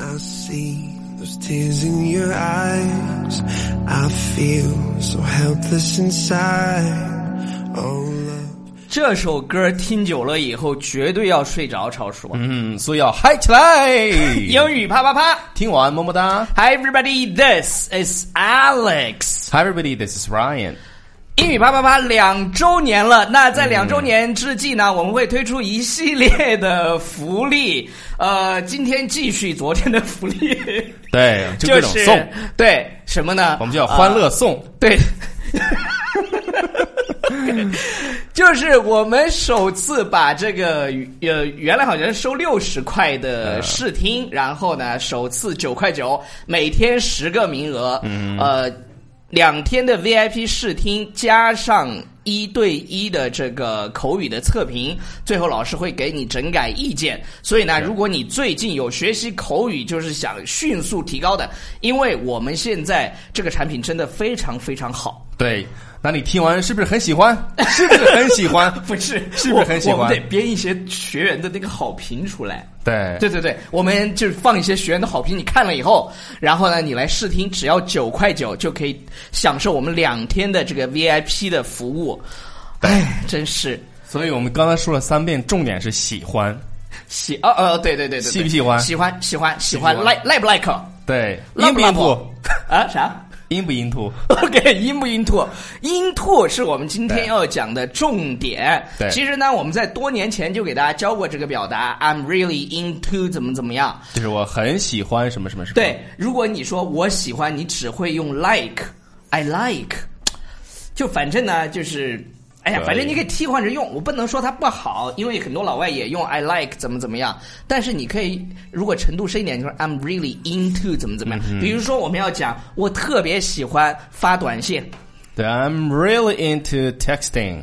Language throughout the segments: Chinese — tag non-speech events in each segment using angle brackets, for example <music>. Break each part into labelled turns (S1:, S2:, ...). S1: I see those tears in your eyes. I feel so helpless inside. Oh, love.
S2: 这首歌听久了以后，绝对要睡着。超叔，
S3: 嗯，所以要嗨起来！
S2: 英语啪啪啪
S3: 听完么么哒。
S2: ！Hi everybody, this is Alex。
S3: Hi everybody, this is Ryan。
S2: 英语啪啪啪两周年了，那在两周年之际呢，我们会推出一系列的福利。呃，今天继续昨天的福利，
S3: 对，就各种
S2: 是
S3: 送，
S2: 对什么呢？
S3: 我们就要欢
S2: 呃
S3: 乐送。
S2: 对，就是我们首次把这个呃原来好像是收六十块的试听，然后呢首次九块九，每天十个名额，呃，两天的 VIP 试听加上。一对一的这个口语的测评，最后老师会给你整改意见。所以呢，如果你最近有学习口语，就是想迅速提高的，因为我们现在这个产品真的非常非常好。
S3: 对，那你听完是不是很
S2: <laughs>
S3: 喜欢？是不是很喜欢？
S2: 不是，
S3: 是不是很喜欢
S2: 我我们得编一些学员的那个好评出来。
S3: 对，
S2: 对对对，我们就是放一些学员的好评，你看了以后，然后呢，你来试听，只要九块九就可以享受我们两天的这个 VIP 的服务。哎，真是
S3: 所以我们刚才说了三遍，重点是喜欢。
S2: 喜哦哦，对对对对对
S3: 喜不喜欢
S2: 喜欢喜欢喜欢
S3: 喜欢
S2: ，like like 不 like？
S3: 对，
S2: 辣
S3: 阴
S2: 不
S3: 不
S2: 辣
S3: 阴
S2: 不
S3: 吐？
S2: 啊啥？
S3: 阴不阴吐？
S2: OK，音 <laughs> 不音拓？音拓是我们今天要讲的重点。
S3: 对
S2: 其实呢，我们在多年前就给大家教过这个表达，I'm really into 怎么怎么样。
S3: 就是我很喜欢什么什么什么。
S2: 对，如果你说我喜欢，你只会用 like，I like，就反正呢，就是，哎呀
S3: 可，以
S2: 反正你可以替换着用，我不能说它不好，因为很多老外也用 I like 怎么怎么样，但是你可以如果程度深一点，就说 I'm really into 怎么怎么样。
S3: 嗯
S2: 比如说我们要讲，我特别喜欢发短信。
S3: 对，I'm really into texting.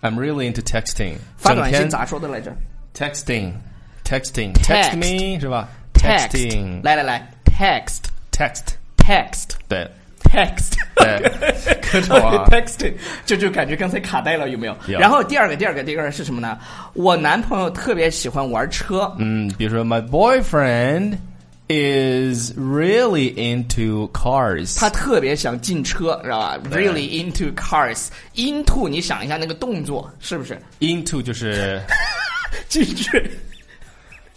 S3: I'm really into texting.
S2: 发短
S3: 整
S2: 信
S3: 天
S2: 咋说的来着
S3: texting, texting,
S2: Text
S3: text me 是吧
S2: ？text，
S3: ？texting,
S2: 来来来，text
S3: text，
S2: text
S3: 对
S2: text， <laughs>
S3: 对各种啊
S2: text，就就感觉刚才卡带了有没有？
S3: 有
S2: 然后第二个，第二个，第二个是什么呢？我男朋友特别喜欢玩车，
S3: 嗯，比如说 My boyfriend is really into cars。
S2: 他特别想进车，知道吧
S3: 对
S2: ？Really into cars。into，你想一下那个动作是不是
S3: into 就是
S2: 进去？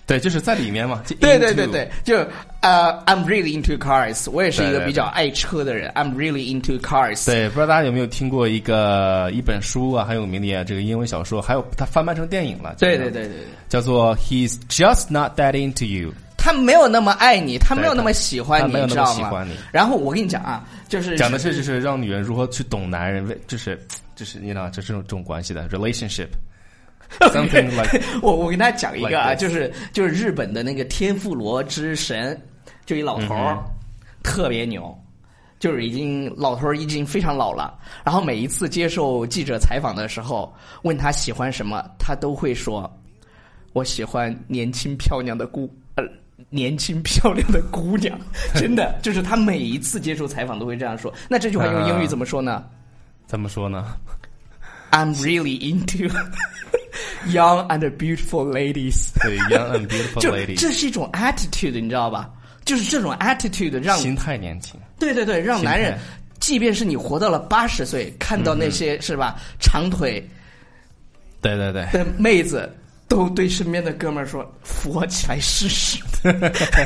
S3: 对，就是在里面嘛。就
S2: <laughs> 对
S3: into
S2: 对对对，就呃、i m really into cars。我也是一
S3: 对
S2: 个
S3: 对
S2: 比较爱车的人，I'm really into cars。
S3: 对，不知道大家有没有听过一个一本书啊，很有名的啊这个英文小说，还有它翻拍成电影了。
S2: 对
S3: 这
S2: 对
S3: 个
S2: 对对对。
S3: 叫做 He's just not that into you。
S2: 他没有那么爱你，他没有那么喜欢你，
S3: 对他他没有
S2: 知
S3: 那么
S2: 道
S3: 喜
S2: 吗
S3: 欢你？
S2: 然后我跟你讲啊，就是
S3: 讲的是就是让女人如何去懂男人，为就是就是你知道，就是这种这种关系
S2: <laughs>
S3: 的 relationship。Something like
S2: 我我跟大家讲一个啊，
S3: Like this
S2: 就是就是日本的那个天妇罗之神，就一老头
S3: 嗯
S2: 儿、特别牛。就是已经老头儿已经非常老了，然后每一次接受记者采访的时候，问他喜欢什么，他都会说：“我喜欢年轻漂亮的姑，呃，年轻漂亮的姑
S3: <laughs>
S2: 娘。”真的，就是他每一次接受采访都会这样说。那这句话用英
S3: 啊
S2: 语怎么说呢？
S3: 怎么说呢？
S2: I'm really into <laughs> young and beautiful ladies
S3: 对，young and
S2: <laughs>
S3: beautiful
S2: 就
S3: lady，
S2: 这是一种 attitude，你知道吧？就是这种 attitude 让
S3: 心态年轻。
S2: 对对对让
S3: 心态
S2: 男人，即便是你活到了八十岁，看到那
S3: 嗯
S2: 些是吧长腿
S3: 对对
S2: <laughs>
S3: 对，
S2: 的妹子，都对身边的哥们儿说扶我起来试
S3: <laughs>
S2: 试，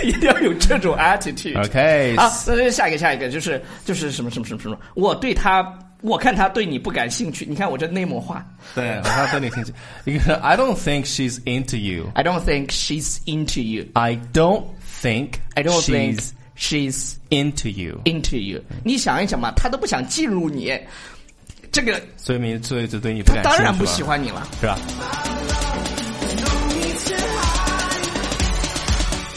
S2: 一定要有这种 attitude。
S3: OK，
S2: 啊，那就下一个，下一个就是就是什么什么什么什么，我对他，我看他对你不感兴趣，你看我这内蒙话，
S3: 对，我看对你兴趣。一个是 I don't think she's into you.
S2: I don't think she's into you.
S3: I don't think
S2: I don't think
S3: she's
S2: she's
S3: into you.
S2: into you. 你想一想嘛，他都不想进入你，这个
S3: 所以没，所以就对你不
S2: 他
S3: 感兴
S2: 当
S3: 趣
S2: 然不
S3: 了
S2: 喜，欢你了。
S3: 是吧？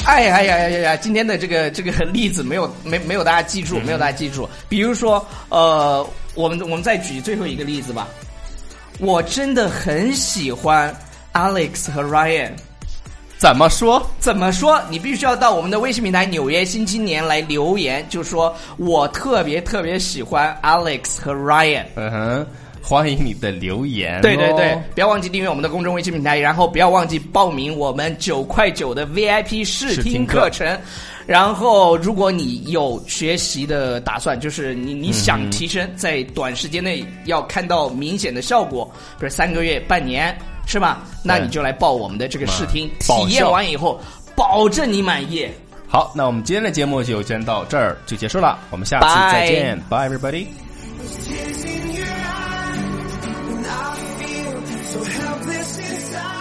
S2: 哎呀哎呀呀呀呀！今天的这个这个例子没有没没有大家记
S3: 嗯
S2: 住，没有大家记住。比如说，呃，我们我们再举最后一个例子吧。我真的很喜欢 Alex 和 Ryan。
S3: 怎么说？
S2: 怎么说？你必须要到我们的微信平台《纽约新青年》来留言，就说我特别特别喜欢 Alex 和 Ryan。
S3: 嗯哼，欢迎你的留言、哦
S2: 对对对，，不要忘记订阅我们的公众微信平台，然后不要忘记报名我们九块九的 VIP 试
S3: 试
S2: 听
S3: 听
S2: 课
S3: 课
S2: 程。然后，如果你有学习的打算，就是你你想提升，在短时间内要看到明显的效果，比如三个月、半年，是吧？那
S3: 对
S2: 你就来报我们的这个试听，
S3: 保
S2: 体验
S3: 效
S2: 完以后，保证你满意。
S3: 好，那我们今天的节目就先到这儿就结束了，我们下次再见，Bye everybody。
S1: Tears in your eyes, and I feel so helpless inside.